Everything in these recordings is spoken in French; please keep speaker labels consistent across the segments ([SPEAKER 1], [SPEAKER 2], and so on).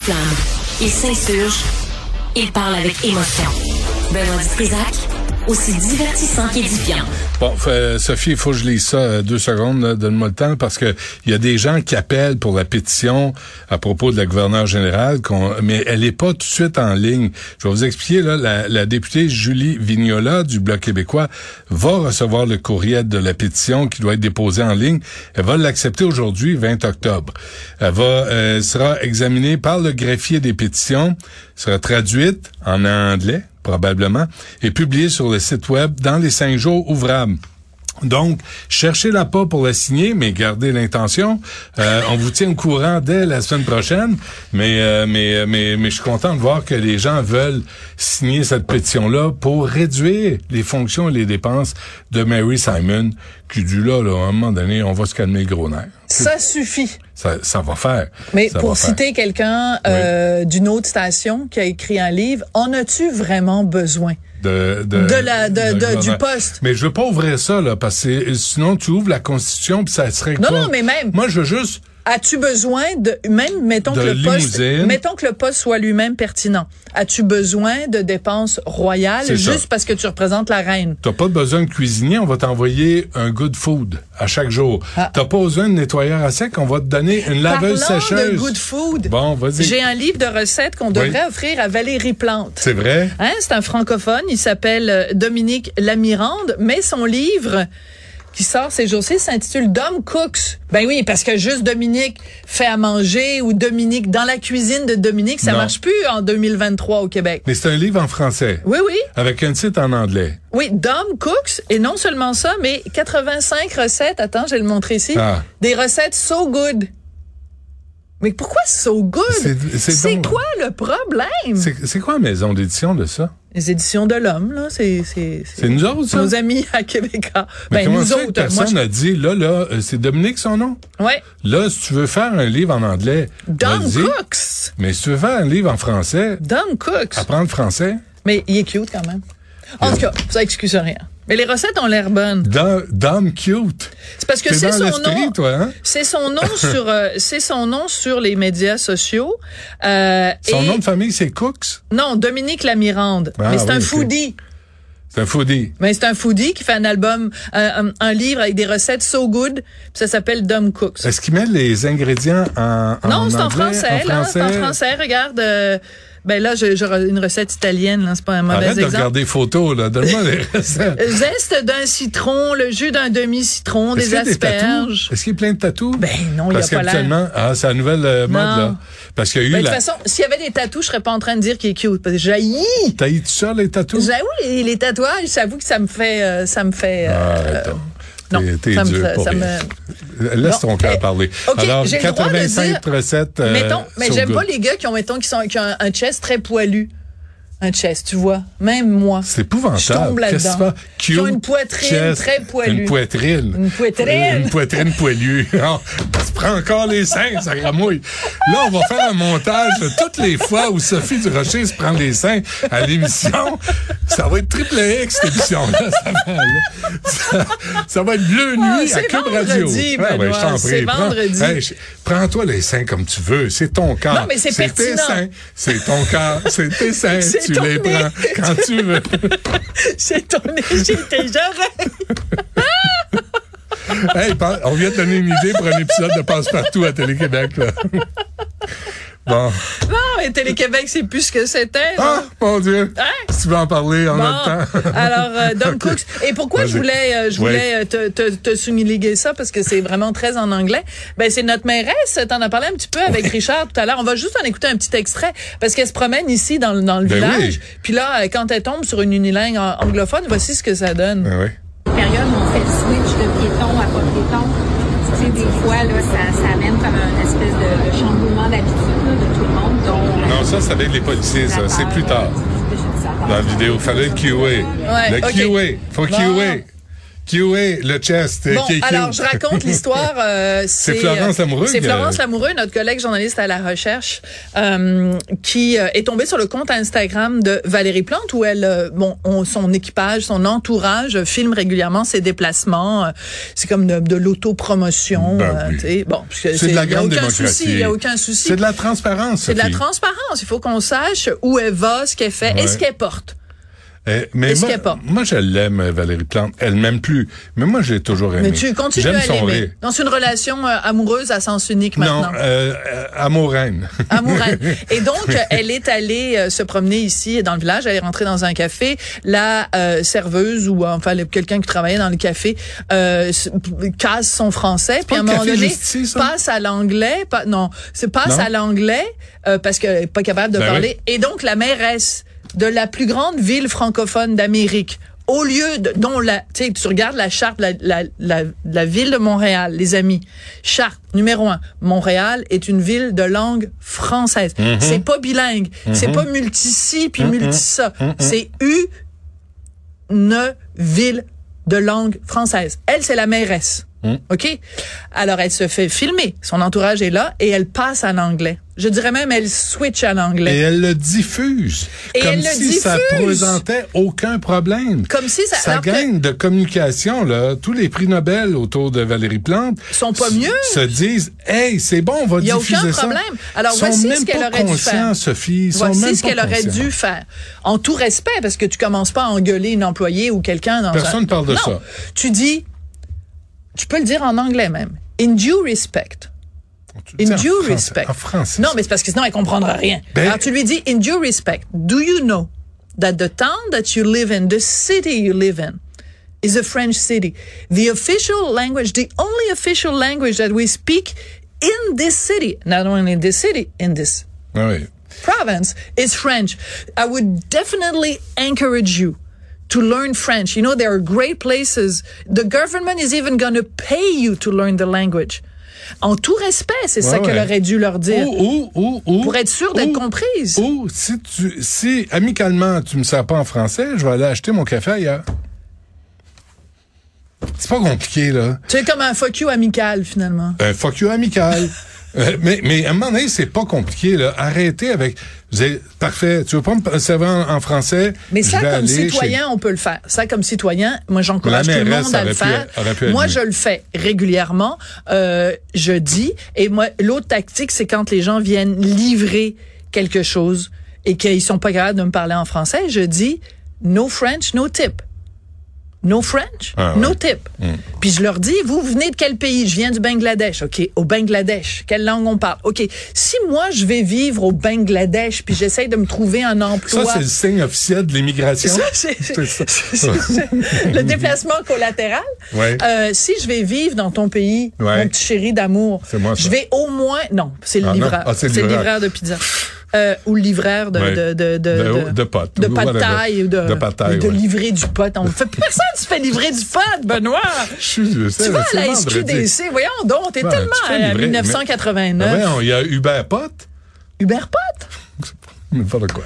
[SPEAKER 1] s'exclame, il s'insurge, il parle avec émotion. Benoît Dutrisac, aussi divertissant qu'édifiant.
[SPEAKER 2] Bon, euh, Sophie, il faut que je lise ça euh, deux secondes, là, donne-moi le temps, parce que il y a des gens qui appellent pour la pétition à propos de la gouverneure générale, qu'on- mais elle n'est pas tout de suite en ligne. Je vais vous expliquer, là, la, la députée Julie Vignola du Bloc québécois va recevoir le courriel de la pétition qui doit être déposée en ligne. Elle va l'accepter aujourd'hui, 20 octobre. Elle va, euh, sera examinée par le greffier des pétitions, sera traduite en anglais, probablement, et publié sur le site web dans les cinq jours ouvrables. Donc, cherchez-la pas pour la signer, mais gardez l'intention. Euh, on vous tient au courant dès la semaine prochaine, mais, euh, mais, euh, mais, mais je suis content de voir que les gens veulent signer cette pétition-là pour réduire les fonctions et les dépenses de Mary Simon, qui du là, là, à un moment donné, on va se calmer le gros nerf.
[SPEAKER 3] Ça suffit.
[SPEAKER 2] Ça, ça va faire.
[SPEAKER 3] Mais
[SPEAKER 2] Ça va
[SPEAKER 3] pour
[SPEAKER 2] faire.
[SPEAKER 3] citer quelqu'un euh, d'une autre station qui a écrit un livre, en as-tu vraiment besoin?
[SPEAKER 2] de, de,
[SPEAKER 3] De la- de-
[SPEAKER 2] le
[SPEAKER 3] de- du
[SPEAKER 2] gouvernement.
[SPEAKER 3] poste.
[SPEAKER 2] Mais je veux pas ouvrir ça là parce que c'est- sinon tu ouvres la constitution puis ça serait pas-
[SPEAKER 3] Non, non, mais même-
[SPEAKER 2] Moi je veux juste
[SPEAKER 3] As-tu besoin de même mettons
[SPEAKER 2] De
[SPEAKER 3] que le poste
[SPEAKER 2] limousine.
[SPEAKER 3] mettons que le poste soit lui-même pertinent. As-tu besoin de dépenses royales
[SPEAKER 2] C'est
[SPEAKER 3] juste
[SPEAKER 2] ça.
[SPEAKER 3] parce que tu représentes la reine
[SPEAKER 2] t'as pas besoin de cuisinier, on va t'envoyer un good food à chaque jour.
[SPEAKER 3] Ah.
[SPEAKER 2] T'as pas besoin de nettoyeur à sec, on va te donner une laveuse
[SPEAKER 3] Parlant
[SPEAKER 2] sécheuse.
[SPEAKER 3] de good food.
[SPEAKER 2] Bon, vas-y.
[SPEAKER 3] J'ai un livre de recettes qu'on devrait offrir à Valérie Plante.
[SPEAKER 2] C'est vrai.
[SPEAKER 3] Hein, c'est un francophone, il s'appelle euh, Dominique Lamirande, mais son livre qui sort ces jours-ci s'intitule Dom Cooks. Ben oui, parce que juste Dominique fait à manger ou Dominique dans la cuisine de Dominique, ça
[SPEAKER 2] Non.
[SPEAKER 3] marche plus en 2023 au Québec.
[SPEAKER 2] Mais c'est un livre en français
[SPEAKER 3] Oui, oui,
[SPEAKER 2] avec un titre en anglais.
[SPEAKER 3] oui, Dom Cooks, et non seulement ça, mais 85 recettes, attends, je vais le montrer ici,
[SPEAKER 2] Ah.
[SPEAKER 3] des recettes so good. Mais pourquoi so good?
[SPEAKER 2] C'est- c'est
[SPEAKER 3] C'est
[SPEAKER 2] donc-
[SPEAKER 3] quoi le problème?
[SPEAKER 2] C'est c'est quoi la maison d'édition de ça
[SPEAKER 3] Les éditions de l'homme, là, c'est... c'est- c'est-
[SPEAKER 2] C'est nous autres ça.
[SPEAKER 3] nos amis à Québec.
[SPEAKER 2] Mais
[SPEAKER 3] Ben,
[SPEAKER 2] comment
[SPEAKER 3] nous
[SPEAKER 2] ça que
[SPEAKER 3] autres, moi,
[SPEAKER 2] personne n'a dit là là euh, c'est Dominique son nom.
[SPEAKER 3] je- ouais.
[SPEAKER 2] Là si tu veux faire un livre en anglais,
[SPEAKER 3] Dom
[SPEAKER 2] vas-y.
[SPEAKER 3] Cooks.
[SPEAKER 2] Mais si tu veux faire un livre en français,
[SPEAKER 3] Dom Cooks.
[SPEAKER 2] apprendre le français,
[SPEAKER 3] Mais il est cute quand même. En tout cas, ça excuse rien. Mais les recettes ont l'air bonnes.
[SPEAKER 2] dame, dame cute.
[SPEAKER 3] C'est parce que
[SPEAKER 2] T'es
[SPEAKER 3] c'est
[SPEAKER 2] dans
[SPEAKER 3] son
[SPEAKER 2] l'esprit,
[SPEAKER 3] nom.
[SPEAKER 2] toi, hein?
[SPEAKER 3] C'est son nom sur euh, c'est son nom sur les médias sociaux. Euh,
[SPEAKER 2] Son
[SPEAKER 3] et-
[SPEAKER 2] nom de famille, c'est Cooks.
[SPEAKER 3] non Dominique Lamirande.
[SPEAKER 2] Ah,
[SPEAKER 3] mais c'est
[SPEAKER 2] oui,
[SPEAKER 3] un
[SPEAKER 2] ok.
[SPEAKER 3] foodie.
[SPEAKER 2] C'est un foodie.
[SPEAKER 3] Mais c'est un foodie qui fait un album, euh, un, un- un livre avec des recettes so good. puis ça s'appelle Dom Cooks.
[SPEAKER 2] Est-ce qu'il met les ingrédients en, en
[SPEAKER 3] Non, c'est en
[SPEAKER 2] anglais,
[SPEAKER 3] français, là. C'est en français. Regarde, euh, ben là, j'ai j'ai une recette italienne, là. C'est pas un mauvais
[SPEAKER 2] Arrête de
[SPEAKER 3] exemple.
[SPEAKER 2] regarder les photos, là. Donne-moi les recettes.
[SPEAKER 3] Zeste d'un citron, le jus d'un demi-citron,
[SPEAKER 2] Est-ce
[SPEAKER 3] des
[SPEAKER 2] qu'il y a
[SPEAKER 3] asperges.
[SPEAKER 2] tatous? Est-ce qu'il y a plein de tatous?
[SPEAKER 3] Ben non, il y a
[SPEAKER 2] Parce
[SPEAKER 3] pas l'air.
[SPEAKER 2] qu'habituellement, ah, c'est la nouvelle euh, mode,
[SPEAKER 3] Non.
[SPEAKER 2] là. Parce qu'il y a eu
[SPEAKER 3] Ben, de toute
[SPEAKER 2] la...
[SPEAKER 3] façon, s'il y avait des tatous, je serais pas en train de dire qu'il est cute. Parce que j'haïs,
[SPEAKER 2] T'as eu tout ça, les tatous?
[SPEAKER 3] j'avoue, les, les tatouages, j'avoue que ça me fait, euh, ça me fait, euh,
[SPEAKER 2] Arrête donc.
[SPEAKER 3] non,
[SPEAKER 2] T'es- T'es
[SPEAKER 3] ça me-
[SPEAKER 2] dur
[SPEAKER 3] ça-
[SPEAKER 2] pour
[SPEAKER 3] ça
[SPEAKER 2] rien.
[SPEAKER 3] Non,
[SPEAKER 2] Laisse ton
[SPEAKER 3] eh,
[SPEAKER 2] cœur parler.
[SPEAKER 3] ok,
[SPEAKER 2] Alors,
[SPEAKER 3] j'ai le droit de
[SPEAKER 2] 85
[SPEAKER 3] dire-
[SPEAKER 2] recettes. euh,
[SPEAKER 3] mettons, mais
[SPEAKER 2] so
[SPEAKER 3] j'aime pas
[SPEAKER 2] good.
[SPEAKER 3] les gars qui ont, mettons, qui sont, qui ont un, un chest très poilu. Un chest, tu vois. Même moi.
[SPEAKER 2] C'est
[SPEAKER 3] Je tombe
[SPEAKER 2] épouvantable.
[SPEAKER 3] là-dedans.
[SPEAKER 2] Qu'est-ce que ça
[SPEAKER 3] Qui ont une poitrine très poilue.
[SPEAKER 2] Une poitrine.
[SPEAKER 3] Une poitrine.
[SPEAKER 2] Une poitrine poilue. Oh, tu prends encore les seins, ça ramouille. Là, on va faire un montage de toutes les fois où Sophie Durocher se prend les seins à l'émission. Ça va être triple X, cette émission-là. Ça va, là. Ça, ça va être bleu
[SPEAKER 3] Ah,
[SPEAKER 2] nuit à
[SPEAKER 3] c'est
[SPEAKER 2] Cube
[SPEAKER 3] vendredi,
[SPEAKER 2] Radio. Ah,
[SPEAKER 3] Benoît,
[SPEAKER 2] je t'en prie.
[SPEAKER 3] c'est
[SPEAKER 2] Prends-
[SPEAKER 3] vendredi.
[SPEAKER 2] Hey, je- Prends-toi les seins comme tu veux. C'est ton corps.
[SPEAKER 3] Non, mais c'est
[SPEAKER 2] tes
[SPEAKER 3] pertinent.
[SPEAKER 2] seins. C'est ton corps. C'est tes seins.
[SPEAKER 3] C'est
[SPEAKER 2] Tu
[SPEAKER 3] ton
[SPEAKER 2] les
[SPEAKER 3] nez.
[SPEAKER 2] prends quand tu veux.
[SPEAKER 3] J'ai tourné, j'étais genre,
[SPEAKER 2] Hey, pa- on vient de donner une idée pour un épisode de Passe-Partout à Télé-Québec. là. Bon.
[SPEAKER 3] Non, mais Télé-Québec, c'est plus ce que c'était.
[SPEAKER 2] Ah,
[SPEAKER 3] là.
[SPEAKER 2] mon Dieu!
[SPEAKER 3] Hein?
[SPEAKER 2] Si tu veux en parler en
[SPEAKER 3] Bon.
[SPEAKER 2] notre temps.
[SPEAKER 3] Alors, euh, Dom Cooks. Et pourquoi je
[SPEAKER 2] Vas-y.
[SPEAKER 3] voulais, euh, je
[SPEAKER 2] Oui.
[SPEAKER 3] voulais euh, te, te, te souligner ça parce que c'est vraiment très en anglais. Ben, c'est notre mairesse. T'en as parlé un petit peu avec Richard tout à l'heure. On va juste en écouter un petit extrait parce qu'elle se promène ici dans, le- dans le
[SPEAKER 2] Ben
[SPEAKER 3] village.
[SPEAKER 2] oui.
[SPEAKER 3] Puis là, euh, quand elle tombe sur une unilingue en- anglophone, voici ce que ça donne.
[SPEAKER 2] Ben oui.
[SPEAKER 4] période où on fait le switch de piéton à pas piéton, tu sais, des fois, là, ça, ça amène comme un espèce de, de chamboulement d'habitude là, de tout le monde. dont-
[SPEAKER 2] Non, ça, c'est avec les policiers, ça. C'est plus tard. Dans la vidéo, fallait le QA.
[SPEAKER 3] Ouais,
[SPEAKER 2] le
[SPEAKER 3] ok.
[SPEAKER 2] QA. Faut
[SPEAKER 3] Bon.
[SPEAKER 2] QA. QA, le chest. euh,
[SPEAKER 3] Bon,
[SPEAKER 2] qui est
[SPEAKER 3] alors je
[SPEAKER 2] cute.
[SPEAKER 3] raconte l'histoire. euh,
[SPEAKER 2] C'est Florence
[SPEAKER 3] euh,
[SPEAKER 2] Lamoureux,
[SPEAKER 3] C'est
[SPEAKER 2] euh,
[SPEAKER 3] Florence Lamoureux, notre collègue journaliste à la recherche, euh, qui euh, est tombée sur le compte Instagram de Valérie Plante où elle, euh, bon, on- son équipage, son entourage euh, filme régulièrement ses déplacements. Euh, C'est comme de, de l'autopromotion. euh,
[SPEAKER 2] Ben oui.
[SPEAKER 3] tu sais. Bon, parce que
[SPEAKER 2] C'est de la
[SPEAKER 3] il y a
[SPEAKER 2] grande
[SPEAKER 3] aucun
[SPEAKER 2] démocratie.
[SPEAKER 3] souci, Il y a aucun souci.
[SPEAKER 2] C'est de la transparence.
[SPEAKER 3] C'est de la
[SPEAKER 2] Sophie.
[SPEAKER 3] transparence. Il faut qu'on sache où elle va, ce qu'elle fait
[SPEAKER 2] Ouais.
[SPEAKER 3] et ce qu'elle porte.
[SPEAKER 2] Eh, mais
[SPEAKER 3] Est-ce
[SPEAKER 2] moi,
[SPEAKER 3] qu'elle porte?
[SPEAKER 2] moi, je l'aime, Valérie Plante. Elle m'aime plus. Mais moi, je l'ai toujours aimée.
[SPEAKER 3] Mais tu continues
[SPEAKER 2] J'aime
[SPEAKER 3] à
[SPEAKER 2] son
[SPEAKER 3] l'aimer.
[SPEAKER 2] rire.
[SPEAKER 3] Dans une relation euh, amoureuse à sens unique maintenant.
[SPEAKER 2] Non, euh, euh, amoureuse.
[SPEAKER 3] Amourelle. Et donc, euh, elle est allée euh, se promener ici dans le village. Elle est rentrée dans un café. La euh, serveuse ou euh, enfin le- quelqu'un qui travaillait dans le café euh, s- p- casse son français. Puis
[SPEAKER 2] pas
[SPEAKER 3] à un
[SPEAKER 2] le
[SPEAKER 3] moment
[SPEAKER 2] café
[SPEAKER 3] donné,
[SPEAKER 2] Justitie, ça?
[SPEAKER 3] passe à l'anglais. pas- non, c'est passe
[SPEAKER 2] Non?
[SPEAKER 3] à l'anglais euh, parce qu'elle est pas capable de
[SPEAKER 2] Ben
[SPEAKER 3] parler. Et donc, la mairesse de la plus grande ville francophone d'Amérique. Au lieu de, dont la, tu sais, tu regardes la charte, la, la, la, la ville de Montréal, les amis. Charte numéro un. Montréal est une ville de langue française.
[SPEAKER 2] Mm-hmm.
[SPEAKER 3] C'est pas bilingue. C'est pas multi-ci puis multi-ça.
[SPEAKER 2] Mm-hmm.
[SPEAKER 3] C'est une ville de langue française. Elle, c'est la mairesse. OK? Alors, elle se fait filmer. Son entourage est là et elle passe à l'anglais. Je dirais même, elle switch à l'anglais.
[SPEAKER 2] Et elle le diffuse.
[SPEAKER 3] Et
[SPEAKER 2] comme
[SPEAKER 3] elle le
[SPEAKER 2] si ça
[SPEAKER 3] diffuse.
[SPEAKER 2] présentait aucun problème.
[SPEAKER 3] Comme si ça-
[SPEAKER 2] Ça
[SPEAKER 3] alors que-
[SPEAKER 2] gagne de communication, là. Tous les prix Nobel autour de Valérie Plante.
[SPEAKER 3] Sont pas
[SPEAKER 2] s-
[SPEAKER 3] mieux.
[SPEAKER 2] Se disent, hey, c'est bon, on va
[SPEAKER 3] y a
[SPEAKER 2] diffuser
[SPEAKER 3] aucun
[SPEAKER 2] ça.
[SPEAKER 3] problème. Alors,
[SPEAKER 2] Ils sont
[SPEAKER 3] voici ce
[SPEAKER 2] même
[SPEAKER 3] qu'elle
[SPEAKER 2] pas
[SPEAKER 3] aurait dû
[SPEAKER 2] conscients,
[SPEAKER 3] faire.
[SPEAKER 2] Sophie. Ils sont même
[SPEAKER 3] Voici ce
[SPEAKER 2] pas
[SPEAKER 3] qu'elle aurait
[SPEAKER 2] conscients.
[SPEAKER 3] dû faire. En tout respect, parce que tu commences pas à engueuler une employée ou quelqu'un dans
[SPEAKER 2] Personne
[SPEAKER 3] un-
[SPEAKER 2] parle de
[SPEAKER 3] Non.
[SPEAKER 2] ça.
[SPEAKER 3] Tu dis, tu peux le dire en anglais même. In due respect.
[SPEAKER 2] Tu
[SPEAKER 3] In
[SPEAKER 2] dis en
[SPEAKER 3] due
[SPEAKER 2] français-
[SPEAKER 3] respect.
[SPEAKER 2] En français.
[SPEAKER 3] Non, mais c'est parce que sinon, elle comprendra rien.
[SPEAKER 2] Ben-
[SPEAKER 3] Alors, tu lui dis, in due respect, do you know that the town that you live in, the city you live in, is a French city. The official language, the only official language that we speak in this city, not only in this city, in this
[SPEAKER 2] Ah oui.
[SPEAKER 3] province is French. I would definitely encourage you to learn French. You know, there are great places. The government is even going to pay you to learn the language. En tout respect, c'est ça
[SPEAKER 2] Ouais,
[SPEAKER 3] qu'elle
[SPEAKER 2] ouais.
[SPEAKER 3] aurait dû leur dire.
[SPEAKER 2] Ou, ou, ou, ou,
[SPEAKER 3] Pour être sûre d'être
[SPEAKER 2] ou-
[SPEAKER 3] comprise.
[SPEAKER 2] Ou, si tu, si amicalement tu me sers pas en français, je vais aller acheter mon café ailleurs. C'est pas compliqué, là.
[SPEAKER 3] C'est comme un fuck you amical, finalement.
[SPEAKER 2] Un fuck you amical. Euh, mais, mais à un moment donné, c'est pas compliqué, là. Arrêtez avec, vous avez- parfait, tu veux pas me servir en, en français?
[SPEAKER 3] Mais
[SPEAKER 2] Je
[SPEAKER 3] ça,
[SPEAKER 2] vais
[SPEAKER 3] comme
[SPEAKER 2] aller chez-
[SPEAKER 3] citoyen, on peut le faire. Ça, comme citoyen, moi, j'encourage
[SPEAKER 2] La
[SPEAKER 3] tout le
[SPEAKER 2] mairesse
[SPEAKER 3] monde à le
[SPEAKER 2] aurait pu-
[SPEAKER 3] faire.
[SPEAKER 2] aurait pu
[SPEAKER 3] moi,
[SPEAKER 2] être
[SPEAKER 3] je le fais régulièrement. Euh, je dis. Et moi, l'autre tactique, c'est quand les gens viennent livrer quelque chose et qu'ils sont pas capables de me parler en français, je dis no French, no tip. No French,
[SPEAKER 2] Ah ouais.
[SPEAKER 3] no tip. Puis je leur dis, vous venez de quel pays? Je viens du Bangladesh. OK, au Bangladesh, quelle langue on parle? OK, si moi je vais vivre au Bangladesh, puis j'essaye de me trouver un
[SPEAKER 2] Ça,
[SPEAKER 3] emploi...
[SPEAKER 2] c'est le signe officiel de l'immigration.
[SPEAKER 3] Ça, c'est- c'est-
[SPEAKER 2] C'est ça.
[SPEAKER 3] c'est- le déplacement collatéral.
[SPEAKER 2] Ouais.
[SPEAKER 3] Euh, si je vais vivre dans ton pays,
[SPEAKER 2] Ouais.
[SPEAKER 3] mon petit chéri d'amour,
[SPEAKER 2] C'est moi, ça.
[SPEAKER 3] je vais au moins... Non, c'est le
[SPEAKER 2] Ah, non.
[SPEAKER 3] livreur.
[SPEAKER 2] Ah, c'est le
[SPEAKER 3] c'est le
[SPEAKER 2] livreur.
[SPEAKER 3] livreur de pizza. Euh, ou le livreur de...
[SPEAKER 2] Ouais.
[SPEAKER 3] De, de,
[SPEAKER 2] De- de potes,
[SPEAKER 3] De
[SPEAKER 2] ou
[SPEAKER 3] pas de
[SPEAKER 2] whatever.
[SPEAKER 3] taille. ou De,
[SPEAKER 2] De pas de taille,
[SPEAKER 3] de
[SPEAKER 2] ouais.
[SPEAKER 3] livrer du pot. On fait, personne ne se fait livrer du pot, Benoît.
[SPEAKER 2] Je suis- c'est-
[SPEAKER 3] Tu vas à
[SPEAKER 2] c'est
[SPEAKER 3] la
[SPEAKER 2] vendredi.
[SPEAKER 3] SQDC, voyons donc, t'es
[SPEAKER 2] Ouais,
[SPEAKER 3] tellement
[SPEAKER 2] tu
[SPEAKER 3] euh,
[SPEAKER 2] fais
[SPEAKER 3] à
[SPEAKER 2] livrer, mais- Ah
[SPEAKER 3] 1989.
[SPEAKER 2] ouais, on- il y a Hubert Pote.
[SPEAKER 3] Uber Pot?
[SPEAKER 2] N'importe quoi.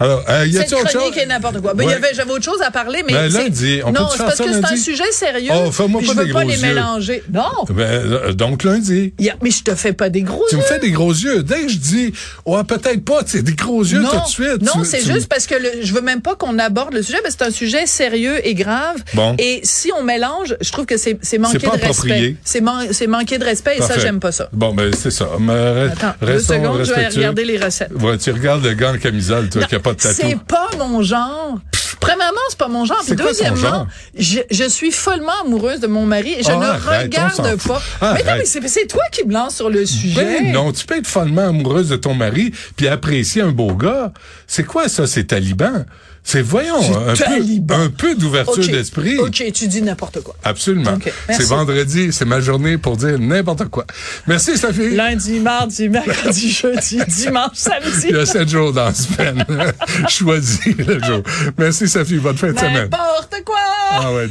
[SPEAKER 2] Alors, euh, y
[SPEAKER 3] Cette
[SPEAKER 2] a-t-il autre chose?
[SPEAKER 3] chronique est n'importe quoi. Ben, il y
[SPEAKER 2] Ouais.
[SPEAKER 3] avait, j'avais autre chose à parler, mais
[SPEAKER 2] Ben,
[SPEAKER 3] c'est-
[SPEAKER 2] lundi, on
[SPEAKER 3] non,
[SPEAKER 2] peut-tu
[SPEAKER 3] c'est
[SPEAKER 2] faire
[SPEAKER 3] parce
[SPEAKER 2] ça
[SPEAKER 3] que c'est un
[SPEAKER 2] lundi?
[SPEAKER 3] sujet sérieux.
[SPEAKER 2] Oh, fais-moi
[SPEAKER 3] puis
[SPEAKER 2] pas
[SPEAKER 3] je veux
[SPEAKER 2] des
[SPEAKER 3] pas
[SPEAKER 2] gros
[SPEAKER 3] les
[SPEAKER 2] yeux.
[SPEAKER 3] mélanger. Non.
[SPEAKER 2] Ben, euh, donc, lundi.
[SPEAKER 3] Il y a- mais je te fais pas des gros
[SPEAKER 2] Tu me
[SPEAKER 3] yeux.
[SPEAKER 2] fais des gros yeux. Dès que je dis, ouais, peut-être pas, tu sais, des gros yeux
[SPEAKER 3] non,
[SPEAKER 2] tout de suite.
[SPEAKER 3] non,
[SPEAKER 2] Tu-
[SPEAKER 3] c'est
[SPEAKER 2] tu-
[SPEAKER 3] juste parce que le- je veux même pas qu'on aborde le sujet, parce que c'est un sujet sérieux et grave.
[SPEAKER 2] Bon.
[SPEAKER 3] Et si on mélange, je trouve que c'est c'est manquer
[SPEAKER 2] pas
[SPEAKER 3] de respect.
[SPEAKER 2] approprié.
[SPEAKER 3] C'est man- c'est manquer de respect et ça,
[SPEAKER 2] Parfait.
[SPEAKER 3] j'aime pas ça.
[SPEAKER 2] Bon, ben, c'est ça. Mais, re-
[SPEAKER 3] Attends, deux
[SPEAKER 2] restons
[SPEAKER 3] secondes, je vais
[SPEAKER 2] respectueux.
[SPEAKER 3] regarder les recettes.
[SPEAKER 2] Ouais, tu regardes le gars en camisole, toi, qui a pas de
[SPEAKER 3] C'est
[SPEAKER 2] tatou.
[SPEAKER 3] pas mon genre. Premièrement, c'est pas mon genre. Puis
[SPEAKER 2] C'est quoi ton
[SPEAKER 3] deuxièmement,
[SPEAKER 2] genre?
[SPEAKER 3] je, je suis follement amoureuse de mon mari et je
[SPEAKER 2] Ah,
[SPEAKER 3] ne
[SPEAKER 2] arrête, on
[SPEAKER 3] regarde
[SPEAKER 2] s'en
[SPEAKER 3] pas.
[SPEAKER 2] fout.
[SPEAKER 3] mais non,
[SPEAKER 2] Arrête.
[SPEAKER 3] mais c'est, c'est toi qui me lance sur le sujet.
[SPEAKER 2] Ben non, tu peux être follement amoureuse de ton mari puis apprécier un beau gars. C'est quoi ça, c'est taliban? C'est, voyons, un peu,
[SPEAKER 3] taliban.
[SPEAKER 2] un peu d'ouverture
[SPEAKER 3] Ok.
[SPEAKER 2] d'esprit.
[SPEAKER 3] Ok, tu dis n'importe quoi.
[SPEAKER 2] Absolument.
[SPEAKER 3] Ok, merci.
[SPEAKER 2] c'est vendredi, c'est ma journée pour dire n'importe quoi. Merci, Sophie.
[SPEAKER 3] Lundi, mardi, mercredi, jeudi, dimanche, samedi.
[SPEAKER 2] Il y a sept jours dans la
[SPEAKER 3] Ben,
[SPEAKER 2] semaine. Choisis le jour. Merci, Sophie. Bonne fin de semaine.
[SPEAKER 3] N'importe quoi.
[SPEAKER 2] Ah ouais.